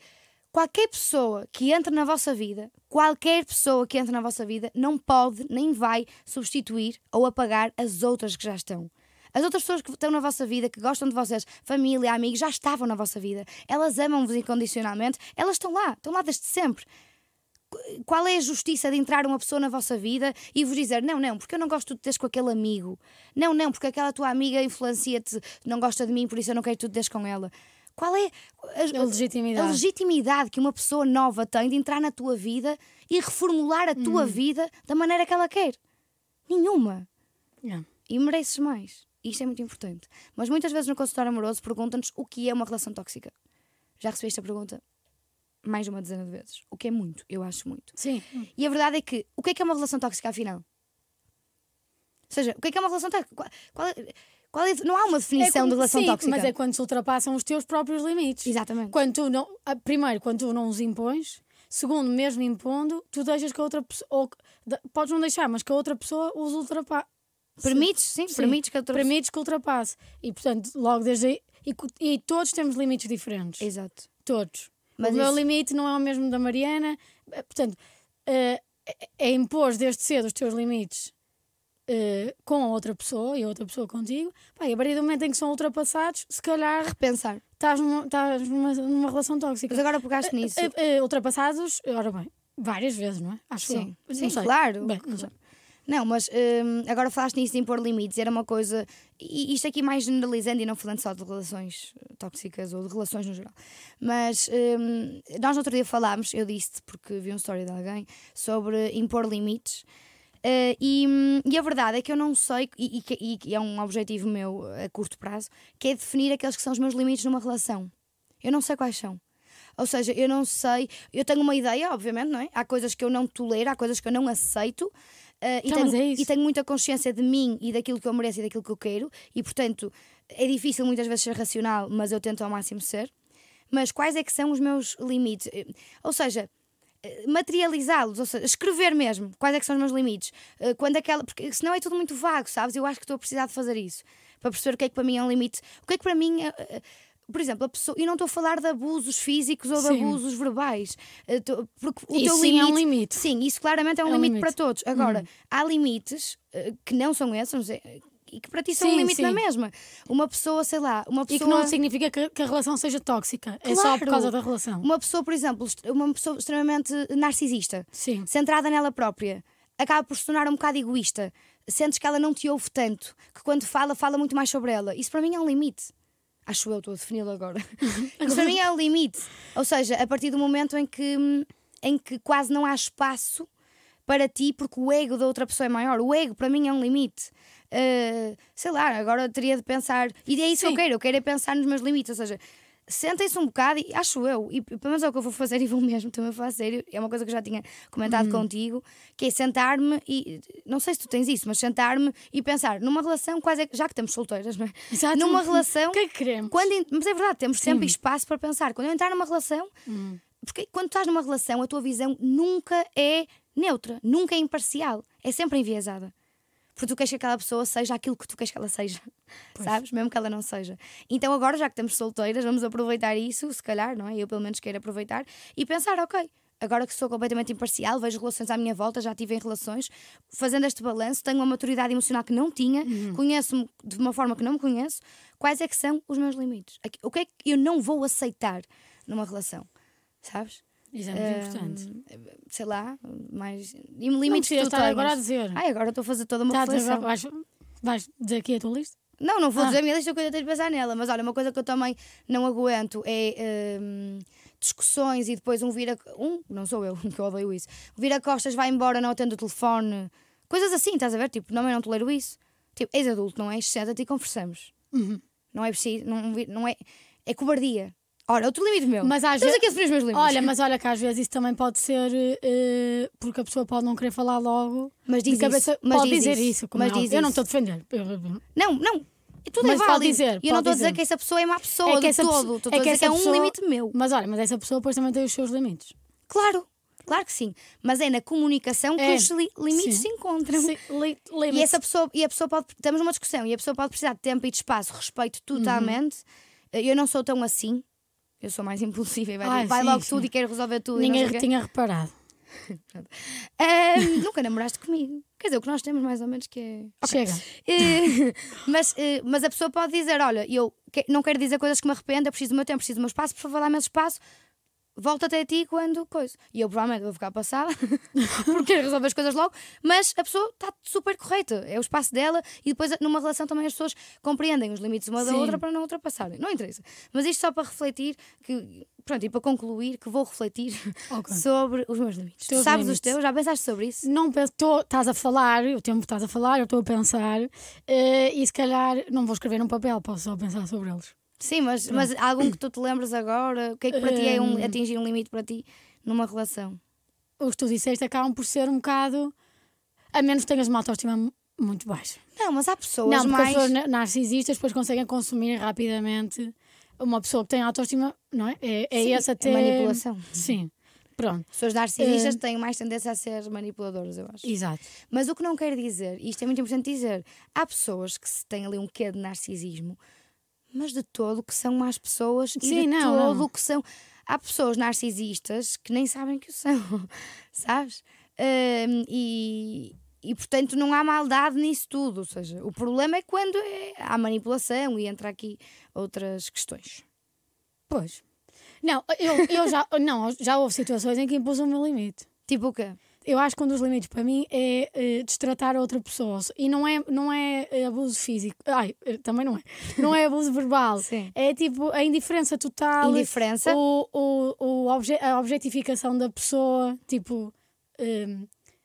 qualquer pessoa que entre na vossa vida, qualquer pessoa que entre na vossa vida, não pode nem vai substituir ou apagar as outras que já estão. As outras pessoas que estão na vossa vida, que gostam de vocês, família, amigos, já estavam na vossa vida. Elas amam-vos incondicionalmente, elas estão lá, estão lá desde sempre qual é a justiça de entrar uma pessoa na vossa vida e vos dizer não, não, porque eu não gosto de teres com aquele amigo, não, não, porque aquela tua amiga influencia-te, não gosta de mim, por isso eu não quero que tu te des com ela. Qual é a,
A legitimidade.
a legitimidade que uma pessoa nova tem de entrar na tua vida e reformular a tua vida da maneira que ela quer? Nenhuma
Yeah.
e mereces mais. Isto é muito importante. Mas muitas vezes no consultório amoroso perguntam-nos o que é uma relação tóxica. Já recebi esta pergunta mais de uma dezena de vezes. O que é muito, eu acho muito.
Sim.
E a verdade é que o que é que é uma relação tóxica, afinal? Ou seja, o que é que é uma relação tóxica? Qual, qual é- qual é- não há uma definição
É
de
quando-
relação
sim,
tóxica.
Mas é quando se ultrapassam os teus próprios limites.
Exatamente.
Quando tu não, ah, primeiro, quando tu não os impões, segundo, mesmo impondo, tu deixas que a outra pessoa. Ou, que- de- podes não deixar, mas que a outra pessoa os ultrapasse.
Permites, sim,
Sim.
permites que a outra
Permites que ultrapasse. E portanto, logo desde aí. E, cu- e todos temos limites diferentes.
Exato.
Todos.
Mas
o meu
isso-
limite não é o mesmo da Mariana. Eh, Portanto, eh, é- é impor desde cedo os teus limites eh, com a outra pessoa e a outra pessoa contigo. Pá, e a partir do momento em que são ultrapassados, se calhar
Repensar.
estás numa, estás numa, numa relação tóxica.
Mas é agora pegaste nisso.
Eh, eh, ultrapassados, ora bem, várias vezes, não é? Acho
Sim,
eu.
sim
não sei.
claro.
Bem, não sei.
Não, mas hum, agora falaste nisso de impor limites, era uma coisa. E isto aqui mais generalizando e não falando só de relações eh, tóxicas ou de relações no geral. Mas hum, nós no outro dia falámos, eu disse porque vi uma história de alguém, sobre impor limites. Eh, e, hum, e a verdade é que eu não sei, e, e que- e que é um objetivo meu a curto prazo, que é definir aqueles que são os meus limites numa relação. Eu não sei quais são. Ou seja, eu não sei, eu tenho uma ideia, obviamente, não é? Há coisas que eu não tolero, há coisas que eu não aceito. eh, e,
Então,
tenho,
mas é isso.
e tenho muita consciência de mim e daquilo que eu mereço e daquilo que eu quero, e portanto é difícil muitas vezes ser racional, mas eu tento ao máximo ser. Mas quais é que são os meus limites? Eh, Ou seja, eh, materializá-los, ou seja, escrever mesmo quais é que são os meus limites. Eh, Quando aquela, porque senão é tudo muito vago, sabes? Eu acho que estou a precisar de fazer isso para perceber o que é que para mim é um limite. O que é que para mim é, eh, por exemplo, a pessoa, e não estou a falar de abusos físicos ou de
Sim.
abusos verbais, Eh, estou- porque o
Isso
teu
sim
limite,
é um limite.
Sim, isso claramente é um,
É um
limite,
limite.
para todos. Agora, há limites eh, que não são esses, não sei, eh, e que para ti são um
Sim,
limite na
sim.
mesma. Uma pessoa, sei lá, uma
E
pessoa
que não significa que, que a relação seja tóxica. É só por
Claro.
causa da relação.
uma pessoa, por exemplo, est- uma pessoa extremamente narcisista,
Sim.
centrada nela própria, acaba por se tornar um bocado egoísta. Sentes que ela não te ouve tanto, que quando fala, fala muito mais sobre ela. Isso para mim é um limite. Acho eu, estou a defini-lo agora. Isso para mim é um limite. Ou seja, a partir do momento em que, em que quase não há espaço para ti, porque o ego da outra pessoa é maior. O ego para mim é um limite. Ah, sei lá, agora eu teria de pensar. E é isso que eu
Sim.
quero, eu quero é pensar nos meus limites. Ou seja, sentem-se um bocado, e acho eu, e pelo menos é o que eu vou fazer e vou mesmo também falar sério. É uma coisa que eu já tinha comentado
Uhum.
contigo, que é sentar-me e. Não sei se tu tens isso, mas sentar-me e pensar numa relação, quase é, que- já que estamos solteiras, não é?
Exato.
Numa relação.
O que é que queremos?
Quando en- mas é verdade, temos sempre espaço para pensar. Quando eu entrar numa relação, porque quando estás numa relação, a tua visão nunca é neutra, nunca é imparcial, é sempre enviesada. Porque tu queres que aquela pessoa seja aquilo que tu queres que ela seja, sabes? Mesmo que ela não seja. Então, agora, já que estamos solteiras, vamos aproveitar isso, se calhar, não é? Eu, pelo menos, quero aproveitar e pensar: ok, agora que sou completamente imparcial, vejo relações à minha volta, já tive em relações, fazendo este balanço, tenho uma maturidade emocional que não tinha,
Uhum.
conheço-me de uma forma que não me conheço. Quais é que são os meus limites? Aqui- O que é que eu não vou aceitar numa relação, sabes?
Isso é muito importante.
Sei lá, mais. E limites
Limites
que
não
tu
estar agora a
tenhas.
dizer.
Ai, agora estou a fazer toda uma
Tá,
reflexão.
agora vais, vais dizer aqui a tua lista?
Não, não vou
Ah.
dizer a minha lista porque eu tenho de pensar nela, mas olha, uma coisa que eu também não aguento é hum, discussões e depois um vira. Um, não sou eu, que eu odeio isso. Um vira costas, vai embora, não atende o telefone. Coisas assim, estás a ver? Tipo, não, eu não tolero isso. Tipo, és adulto, não és? Senta-te e conversamos.
Uhum.
Não é preciso, não, vi- não é. É cobardia. Ora, outro limite meu.
Mas às
Estamos
ve-
aqui a definir os meus limites.
Olha, mas olha que às vezes isso também pode ser eh, porque a pessoa pode não querer falar logo.
Mas
de
diz
cabeça,
isso, mas
pode
diz
dizer
isso,
isso. como
mas
é óbvio.
diz
eu não
isso.
estou a defender. Eu- eu-
Não, não. Tudo é
Mas pode
válido.
dizer,
e eu não estou
pode
a dizer
dizer.
que essa pessoa é má pessoa
que
de
essa
todo.
pessoa-
Estou a dizer que
essa
é um
pessoa-
limite meu.
Mas olha, mas essa pessoa depois também tem os seus limites.
Claro, claro que sim. Mas é na comunicação que
É.
os li- limites
Sim.
se encontram.
Sim, li- limites.
E, essa pessoa, e a pessoa pode. Estamos numa discussão e a pessoa pode precisar de tempo e de espaço. Respeito totalmente.
Uhum.
Eu não sou tão assim. Eu sou mais impulsiva e vai,
Ah,
vai
sim,
logo
sim.
tudo e quero resolver tudo. e não
Ninguém
sei o quê.
tinha reparado.
Ahm, nunca namoraste comigo. Quer dizer, o que nós temos mais ou menos que é.
Chega.
Eh, mas, eh, mas a pessoa pode dizer: Olha, eu que- não quero dizer coisas que me arrependo, eu preciso do meu tempo, preciso do meu espaço, por favor, dá-me esse espaço. volto até ti quando coisa. E eu provavelmente vou ficar passada, porque quero resolver as coisas logo, mas a pessoa está super correta, é o espaço dela e depois numa relação também as pessoas compreendem os limites uma da
Sim.
outra para não ultrapassarem. Não interessa. Mas isto só para refletir que, pronto, e para concluir que vou refletir
Ok.
sobre os meus limites. Tu
Teus
sabes os
limites.
teus? Já pensaste sobre isso?
Não penso, tô- estás a falar, o tempo que estás a falar, eu estou a pensar, eh, e se calhar não vou escrever num papel, posso só pensar sobre eles.
Sim, mas, mas há algum que tu te lembres agora? O que é que para ti é um- atingir um limite para ti numa relação?
Os que tu disseste acabam por ser um bocado. A menos que tenhas uma autoestima mu- muito baixa.
Não, mas há pessoas
Não, porque as
mais.
pessoas na- narcisistas depois conseguem consumir rapidamente uma pessoa que tem autoestima, não é? É, é
Sim,
essa até.
manipulação. Hum.
Sim, pronto,
Pessoas narcisistas têm mais tendência a ser manipuladoras, eu acho.
exato.
Mas o que não quer dizer, e isto é muito importante dizer, há pessoas que se têm ali um quê de narcisismo, mas de todo que são más pessoas e
Sim,
de
não,
todo
não.
que são. Há pessoas narcisistas que nem sabem que o são, sabes? Hum, e, e portanto não há maldade nisso tudo. Ou seja, o problema é quando é- há manipulação e entra aqui outras questões.
Pois. Não, eu, eu já, não, já houve situações em que impus o meu limite.
Tipo o quê?
Eu acho que um dos limites para mim é eh, destratar a outra pessoa. E não é, não é eh, abuso físico. Ai, eh, também não é. Não é abuso verbal.
Sim.
É tipo a indiferença total.
Indiferença.
O, o, o obje- a objetificação da pessoa. Tipo. ehm,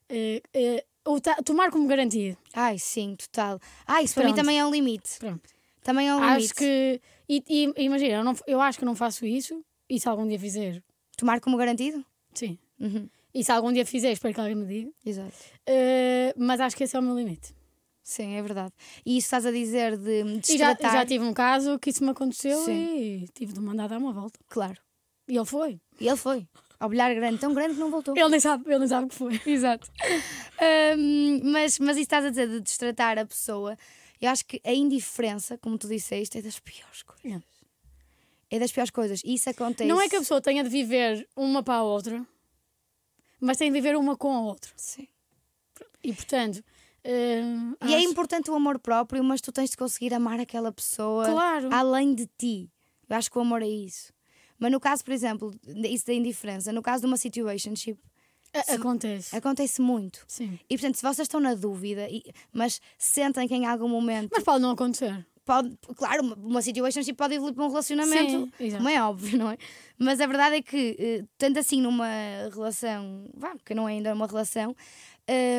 eh, eh, o ta- tomar como garantido.
Ai, sim, total. Ah, isso para mim
Pronto.
também é um limite.
Pronto.
Também é um limite.
Acho que. E, e- imagina, eu, não- eu acho que não faço isso. E se algum dia fizer.
Tomar como garantido?
Sim.
Uhum.
E se algum dia fizer, espero que alguém me diga.
Exato.
Eh, mas acho que esse é o meu limite.
Sim, é verdade. E isso estás a dizer de me
E já,
destratar?
já tive um caso que isso me aconteceu e tive de mandar dar uma volta.
Claro.
E ele foi.
E ele foi. Ao bilhar grande, tão grande que não voltou.
Ele nem sabe, ele nem sabe o que foi.
Exato. Ahm, mas, mas isso estás a dizer de destratar a pessoa. Eu acho que a indiferença, como tu disseste, é das piores coisas.
Yeah.
É das piores coisas. E Isso acontece.
Não é que a pessoa tenha de viver uma para a outra, mas tem de viver uma com a outra.
Sim.
E portanto. eh,
E é
acho-
importante o amor próprio, mas tu tens de conseguir amar aquela pessoa
Claro.
além de ti. Eu acho que o amor é isso. Mas no caso, por exemplo, isso da indiferença, no caso de uma situationship,
a- acontece.
acontece muito.
Sim.
E portanto, se vocês estão na dúvida, e- mas sentem que em algum momento
Mas pode não acontecer.
pode, claro, uma, uma situationship pode evoluir para um relacionamento,
Sim, exato.
como é óbvio, não é? Mas a verdade é que, eh, tanto assim numa relação, vá, que não é ainda uma relação,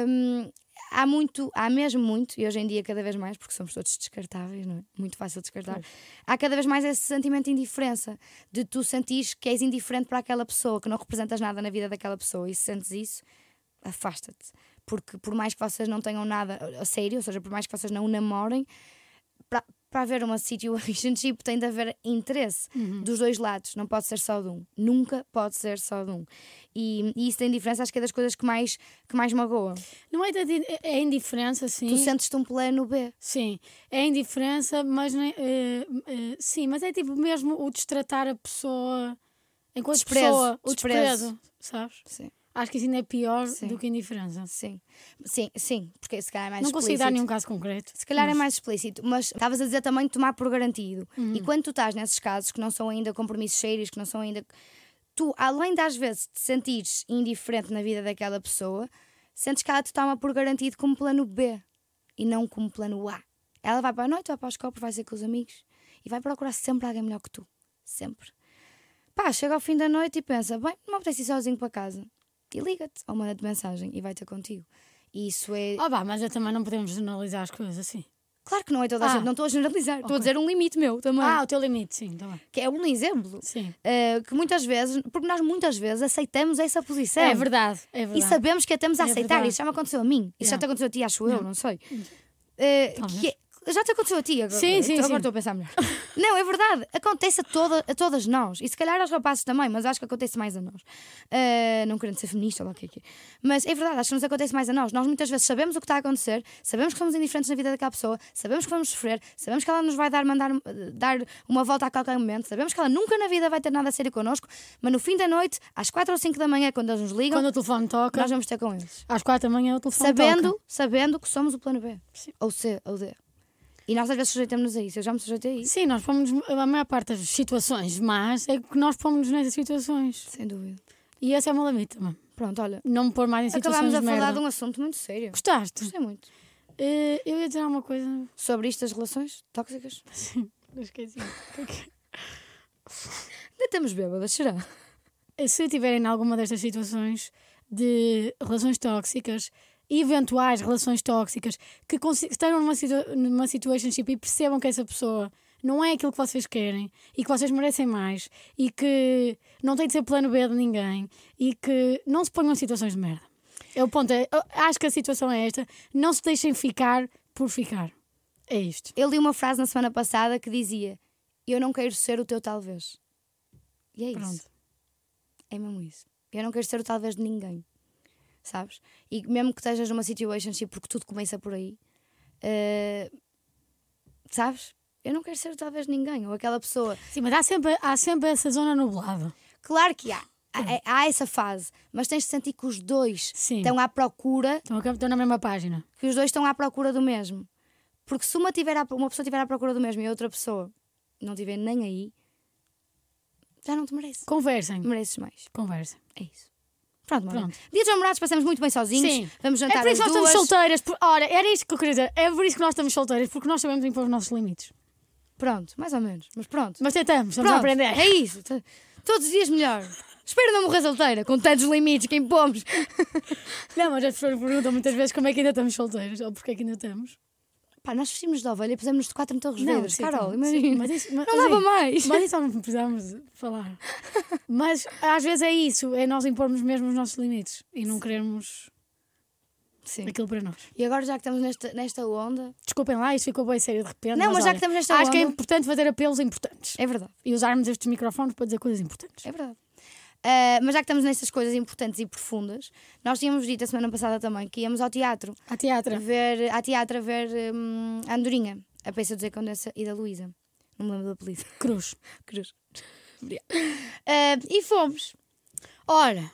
hum, há muito, há mesmo muito, e hoje em dia cada vez mais, porque somos todos descartáveis, não é? Muito fácil descartar. Há cada vez mais esse sentimento de indiferença, de tu sentires que és indiferente para aquela pessoa, que não representas nada na vida daquela pessoa, e se sentes isso, afasta-te. Porque por mais que vocês não tenham nada a sério, ou seja, por mais que vocês não namorem, para para haver uma situationship tem de haver interesse
Uhum.
dos dois lados, não pode ser só de um. Nunca pode ser só de um. E, e isso tem diferença, acho que é das coisas que mais, que mais magoa.
Não é, da di- é a indiferença, sim.
Tu sentes-te um plano B.
Sim, é a indiferença, mas nem- eh, eh, sim, mas é tipo mesmo o destratar a pessoa enquanto
Desprezo,
pessoa, o
desprezo.
desprezo, sabes?
Sim,
Acho que isso ainda é pior
Sim.
do que a indiferença.
sim, sim, sim porque se calhar é mais
Não consigo dar
explícito.
nenhum caso concreto.
Se calhar é mais explícito, mas estavas a dizer também tomar por garantido. E quando tu estás nesses casos que não são ainda compromissos sérios, que não são ainda. Tu, além das vezes te sentires indiferente na vida daquela pessoa, sentes que ela te toma por garantido como plano B e não como plano A. Ela vai para a noite, vai para os copos, vai ser com os amigos e vai procurar sempre alguém melhor que tu. Sempre. Pá, chega ao fim da noite e pensa: bem, não me apetece ir sozinho para casa. E liga-te ou manda-te mensagem e vai ter contigo. E isso é.
Ah, vá, mas eu também não podemos generalizar as coisas assim.
Claro que não é toda a
Ah.
gente, não estou a generalizar, estou a
Ok.
dizer um limite meu também.
Ah, o teu limite, sim, também.
Que é um exemplo.
Sim.
Uh, que muitas vezes, porque nós muitas vezes aceitamos essa posição.
É verdade, é
E
verdade.
sabemos que a estamos a
É
aceitar.
verdade.
Isso já me aconteceu a mim. Isso já
Yeah. Hum.
te aconteceu a ti, acho eu, não sei. Uh,
Talvez.
que é- já te aconteceu a ti agora.
Sim, sim,
Então
sim.
Agora estou a pensar melhor. não, é verdade. Acontece a, toda, a todas nós. E se calhar aos rapazes também, mas acho que acontece mais a nós. Uh, não querendo ser feminista ou lá o que é que é. Mas é verdade, acho que nos acontece mais a nós. Nós muitas vezes sabemos o que está a acontecer, sabemos que somos indiferentes na vida daquela pessoa, sabemos que vamos sofrer, sabemos que ela nos vai dar, mandar, dar uma volta a qualquer momento, sabemos que ela nunca na vida vai ter nada a sério connosco, mas no fim da noite, às 4 ou 5 da manhã, quando eles nos ligam,
Quando o telefone toca,
nós vamos ter com eles
às quatro da manhã o telefone
sabendo,
toca.
sabendo que somos o plano B.
Sim.
Ou C, ou D. E nós às vezes sujeitamos-nos a isso. Eu já me sujeitei a isso.
Sim, nós pomos a maior parte das situações, mas é que nós pomos nessas situações.
Sem dúvida.
E essa é uma lamita, mano.
Pronto, olha.
Não me pôr mais em
Acabámos
situações
a
de
falar de
merda.
um assunto muito sério.
Gostaste?
Gostei muito.
Eh, eu ia dizer alguma coisa.
Sobre isto das relações tóxicas.
Não esqueci.
Ainda estamos bêbadas, será?
Eh, Se tiverem alguma destas situações de relações tóxicas, eventuais relações tóxicas, que consi- que estejam numa, situa numa situationship e percebam que essa pessoa não é aquilo que vocês querem e que vocês merecem mais e que não tem de ser plano B de ninguém e que não se ponham em situações de merda. É o ponto. É, eu acho que a situação é esta. Não se deixem ficar por ficar. É isto.
Eu li uma frase na semana passada que dizia: Eu não quero ser o teu talvez. E é isso.
Pronto.
É mesmo isso. Eu não quero ser o talvez de ninguém. Sabes? E mesmo que estejas numa situationship, porque tudo começa por aí, eh, sabes? Eu não quero ser o talvez de ninguém. Ou aquela pessoa.
Sim, mas há sempre, há sempre essa zona nublada.
Claro que há. Há, há essa fase. Mas tens de sentir que os dois
Sim.
estão à procura
Estão, a- estão na mesma página.
que os dois estão à procura do mesmo. Porque se uma, tiver à- uma pessoa estiver à procura do mesmo e a outra pessoa não estiver nem aí, já não te merece.
Conversem.
Mereces mais.
Conversem.
É isso. Pronto, Maria.
Pronto.
Dia dos namorados passamos muito bem sozinhos.
Sim.
Vamos
É
jantar
por isso que
as
nós estamos
Então tá, duas.
solteiras. por- Ora, era isto que eu queria dizer. É por isso que nós estamos solteiras, porque nós sabemos impor os nossos limites.
Pronto, mais ou menos. Mas pronto.
Mas tentamos, estamos a
pronto.
aprender.
É isso. T- Todos os dias melhor. Espero não morrer solteira, com tantos limites que impomos.
Não, mas as pessoas perguntam muitas vezes como é que ainda estamos solteiras ou porque é que ainda estamos.
Pá, nós vestimos de ovelha e pusemos-nos de quatro em Torres Vedras.
sim,
Carol,
sim,
imagina.
mas isso- mas-
não
mas
dava
é-
mais.
Mas isso não precisávamos falar. Mas às vezes é isso, é nós impormos mesmo os nossos limites e não querermos
Sim.
aquilo para nós.
E agora já que estamos nesta, nesta onda.
Desculpem lá, isto ficou bem sério de repente.
Não, mas já
olha,
que estamos nesta
Acho
onda.
que é importante fazer apelos importantes
É verdade.
e usarmos estes microfones para dizer coisas importantes.
É verdade. Ah, mas já que estamos nestas coisas importantes e profundas, nós tínhamos dito a semana passada também que íamos ao teatro
A teatro.
ver, à teatro ver hum, a Andorinha, a peça do Zé Condensa e da Luísa. Não me lembro do apelido.
Cruz.
Cruz. Obrigada. Ah, e fomos.
Ora,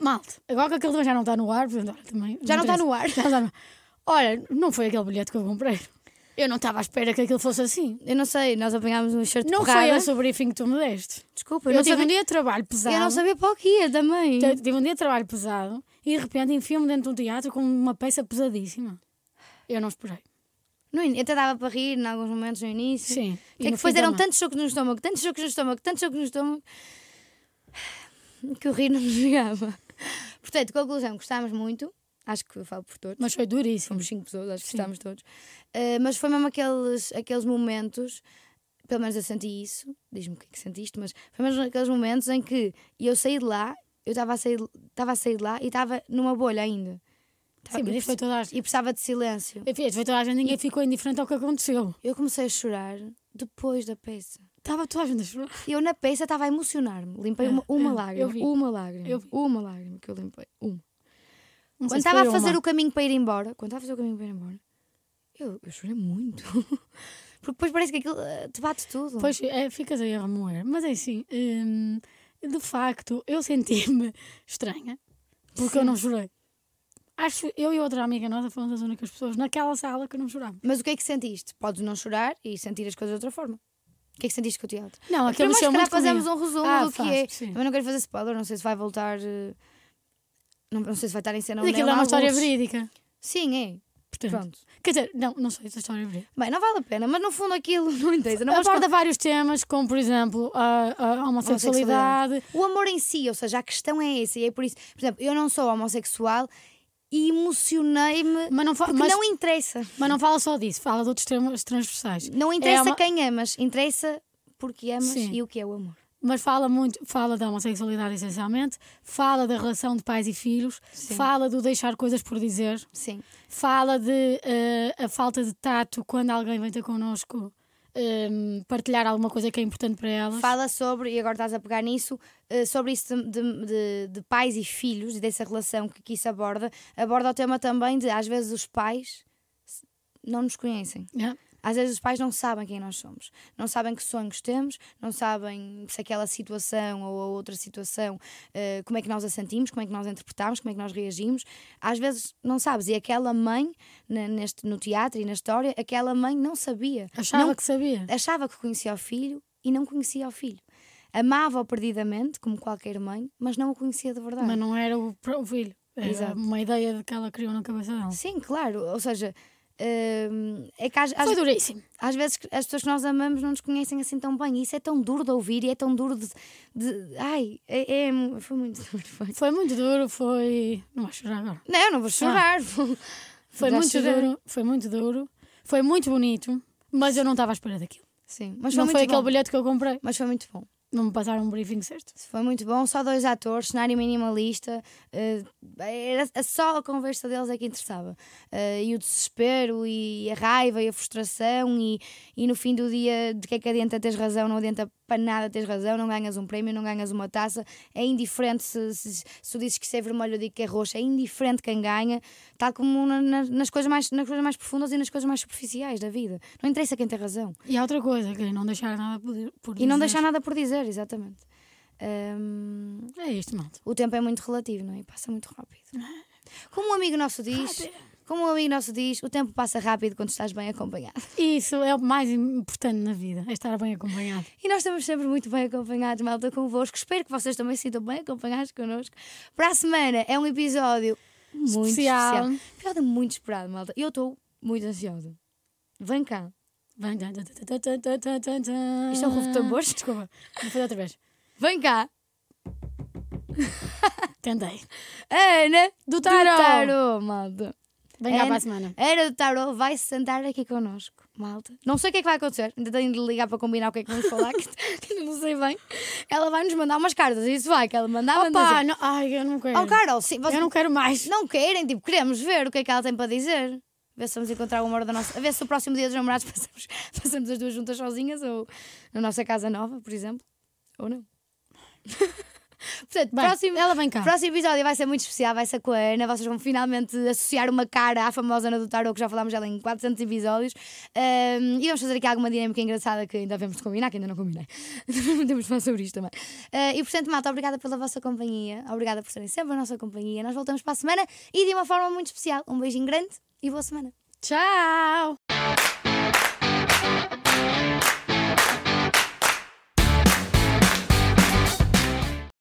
malte, agora que aquele também já não está no ar, portanto, ora, também.
Já não está
interessa.
no ar.
Já não está no- Ora, não foi aquele bilhete que eu comprei. Eu não estava à espera que aquilo fosse assim.
Eu não sei, nós apanhámos um shirt de
Não
porrada.
foi esse o briefing que tu me deste.
Desculpa,
Eu,
eu, não
tive um
sabia,
dia de trabalho pesado.
eu não sabia para o que ia também.
T- Tive um dia de trabalho pesado e de repente enfio-me dentro de um teatro com uma peça pesadíssima. Eu não esperei.
No in- eu até dava para rir em alguns momentos no início.
Sim.
É que depois eram tantos socos no estômago, tantos socos no estômago, tantos socos no estômago que o rir não me chegava. Portanto, conclusão, gostámos muito. Acho que eu falo por todos.
Mas foi duríssimo.
Fomos cinco pessoas, acho que
Sim.
gostámos todos. Eh, mas foi mesmo aqueles, aqueles momentos, pelo menos eu senti isso, diz-me o que é que sentiste, mas foi mesmo aqueles momentos em que eu saí de lá, eu estava a sair, estava a sair de lá e estava numa bolha ainda. Tava-
Sim, mas
e
isto foi
preci-
toda a gente.
e precisava de silêncio.
Enfim, isto foi toda a gente, ninguém ficou indiferente ao que aconteceu.
Eu comecei a chorar depois da peça.
Estava toda a gente a chorar.
Eu na peça estava a emocionar-me. Limpei
É,
uma, uma
é,
lágrima.
eu vi.
Uma lágrima.
Eu vi.
Uma lágrima que eu limpei. Uma.
Não
Quando
sei se
estava a
foi uma.
fazer o caminho para ir embora, quando estava a fazer o caminho para ir embora, eu, eu chorei muito. Porque depois parece que aquilo eh, te bate tudo.
Pois, é, ficas aí a remoer. Mas é assim, hum, de facto, eu senti-me estranha porque eu não chorei. Acho eu e outra amiga nossa fomos as únicas pessoas naquela sala que não chorámos.
Mas o que é que sentiste? Podes não chorar e sentir as coisas de outra forma. O que é que sentiste com o teatro?
Não, aquilo
Primeiro, se
mexeu
calhar fazemos
muito comigo.
um resumo
Ah,
do
faz,
que é.
sim.
Também não quero fazer spoiler, não sei se vai voltar. eh, Não, não sei se vai estar em cena ou
Mas
não.
aquilo é uma história
alguns.
verídica.
Sim, é.
Portanto,
Pronto.
Quer dizer, não, não sei se a história é verídica.
Bem, não vale a pena, mas no fundo aquilo não interessa. Não vamos
Aborda vários temas, como por exemplo a, a homossexualidade.
O amor em si, ou seja, a questão é essa, e é por isso, por exemplo, eu não sou homossexual e emocionei-me
Mas não, é- fa-
porque
mas,
não interessa.
mas não fala só disso, fala de outros temas transversais.
Não interessa
é uma-
quem amas, interessa porque amas
Sim.
e o que é o amor.
mas fala muito, fala da homossexualidade essencialmente, fala da relação de pais e filhos,
Sim.
fala do deixar coisas por dizer,
Sim.
fala de eh, a falta de tato quando alguém vem ter connosco ehm, partilhar alguma coisa que é importante para elas.
Fala sobre, e agora estás a pegar nisso, eh, sobre isso de, de- de- de pais e filhos e dessa relação que, que isso aborda. Aborda o tema também de, às vezes, os pais se- não nos conhecem.
Yeah.
Às vezes os pais não sabem quem nós somos, não sabem que sonhos temos, não sabem se aquela situação ou a outra situação, eh, como é que nós a sentimos, como é que nós a interpretamos, como é que nós reagimos. Às vezes não sabes. E aquela mãe, na- neste, no teatro e na história, aquela mãe não sabia.
Achava
não
que sabia.
achava que conhecia o filho e não conhecia o filho. Amava-o perdidamente, como qualquer mãe, mas não o conhecia de verdade.
Mas não era o, pro- o filho. Era
Exato.
uma ideia de que ela criou na cabeça dela.
Sim, claro. Ou seja, hum, é que às, às-
Foi duríssimo.
às vezes que as pessoas que nós amamos não nos conhecem assim tão bem. E isso é tão duro de ouvir e é tão duro de. de- ai, é, é- foi muito duro. Foi.
Foi muito duro, foi. Não vais chorar agora.
Não, eu não vou chorar.
Foi
Já
muito
chorei.
duro, foi muito duro, foi muito bonito, mas eu não estava à espera daquilo.
Sim, mas foi
não
muito
foi
bom.
aquele bilhete que eu comprei.
Mas foi muito bom.
Não me passaram um briefing certo.
Foi muito bom, só dois atores, cenário minimalista, eh, era a- só a conversa deles é que interessava. Eh, e o desespero, e a raiva, e a frustração, e, e no fim do dia, de que é que adianta teres razão, não adianta para nada teres razão, não ganhas um prémio, não ganhas uma taça, é indiferente se, se, se tu dizes que isso é vermelho ou digo que é roxo, é indiferente quem ganha, tal como na- na- nas, coisas mais, nas coisas mais profundas e nas coisas mais superficiais da vida. Não interessa quem tem razão.
E há outra coisa, que é não deixar nada por, por
E não
dizer.
deixar nada por dizer, exatamente. Ahm,
É isto, malta.
o tempo é muito relativo, não é? E Passa muito rápido. Como um amigo nosso diz, como um amigo nosso diz, o tempo passa rápido quando estás bem acompanhado.
Isso é o mais importante na vida, é estar bem acompanhado.
E nós estamos sempre muito bem acompanhados, malta, convosco. Espero que vocês também se sintam bem acompanhados connosco. Para a semana é um episódio muito especial.
Especial.
Episódio muito esperado, malta. E Eu estou muito ansiosa. Vem cá.
Vem, tan, tan, tan, tan, tan, tan, tan, tan.
Isto é um rufo de tambores?
Desculpa, vou fazer outra vez.
Vem cá.
Tentei.
Ana
Do tarot.
Do tarot, malta.
Vem cá
Ana-
para a semana.
Era do Tarot vai se sentar aqui connosco, malta. Não sei o que é que vai acontecer, ainda tenho de ligar para combinar o que é que vamos falar, que ainda não sei bem. Ela vai nos mandar umas cartas, isso vai, que ela
É
mandava.
Opa, não, ai, eu não quero.
Oh, Carol, sim, vocês
eu não quero mais.
não querem, tipo, queremos ver o que é que ela tem para dizer. Ver se vamos encontrar uma hora da nossa. A ver se o próximo dia dos namorados passamos, passamos as duas juntas sozinhas ou na nossa casa nova, por exemplo. Ou não. Portanto,
Bem,
próximo.
Ela vem cá.
O próximo episódio vai ser muito especial, vai ser com a Ana. Vocês vão finalmente associar uma cara à famosa Ana do Tarot, que já falámos dela em 400 episódios. Ahm, e vamos fazer aqui alguma dinâmica engraçada que ainda devemos de combinar, que ainda não combinei. Temos de falar sobre isto também. Ah, e portanto, malta, obrigada pela vossa companhia. Obrigada por serem sempre a nossa companhia. Nós voltamos para a semana e de uma forma muito especial. Um beijinho grande e boa semana.
Tchau.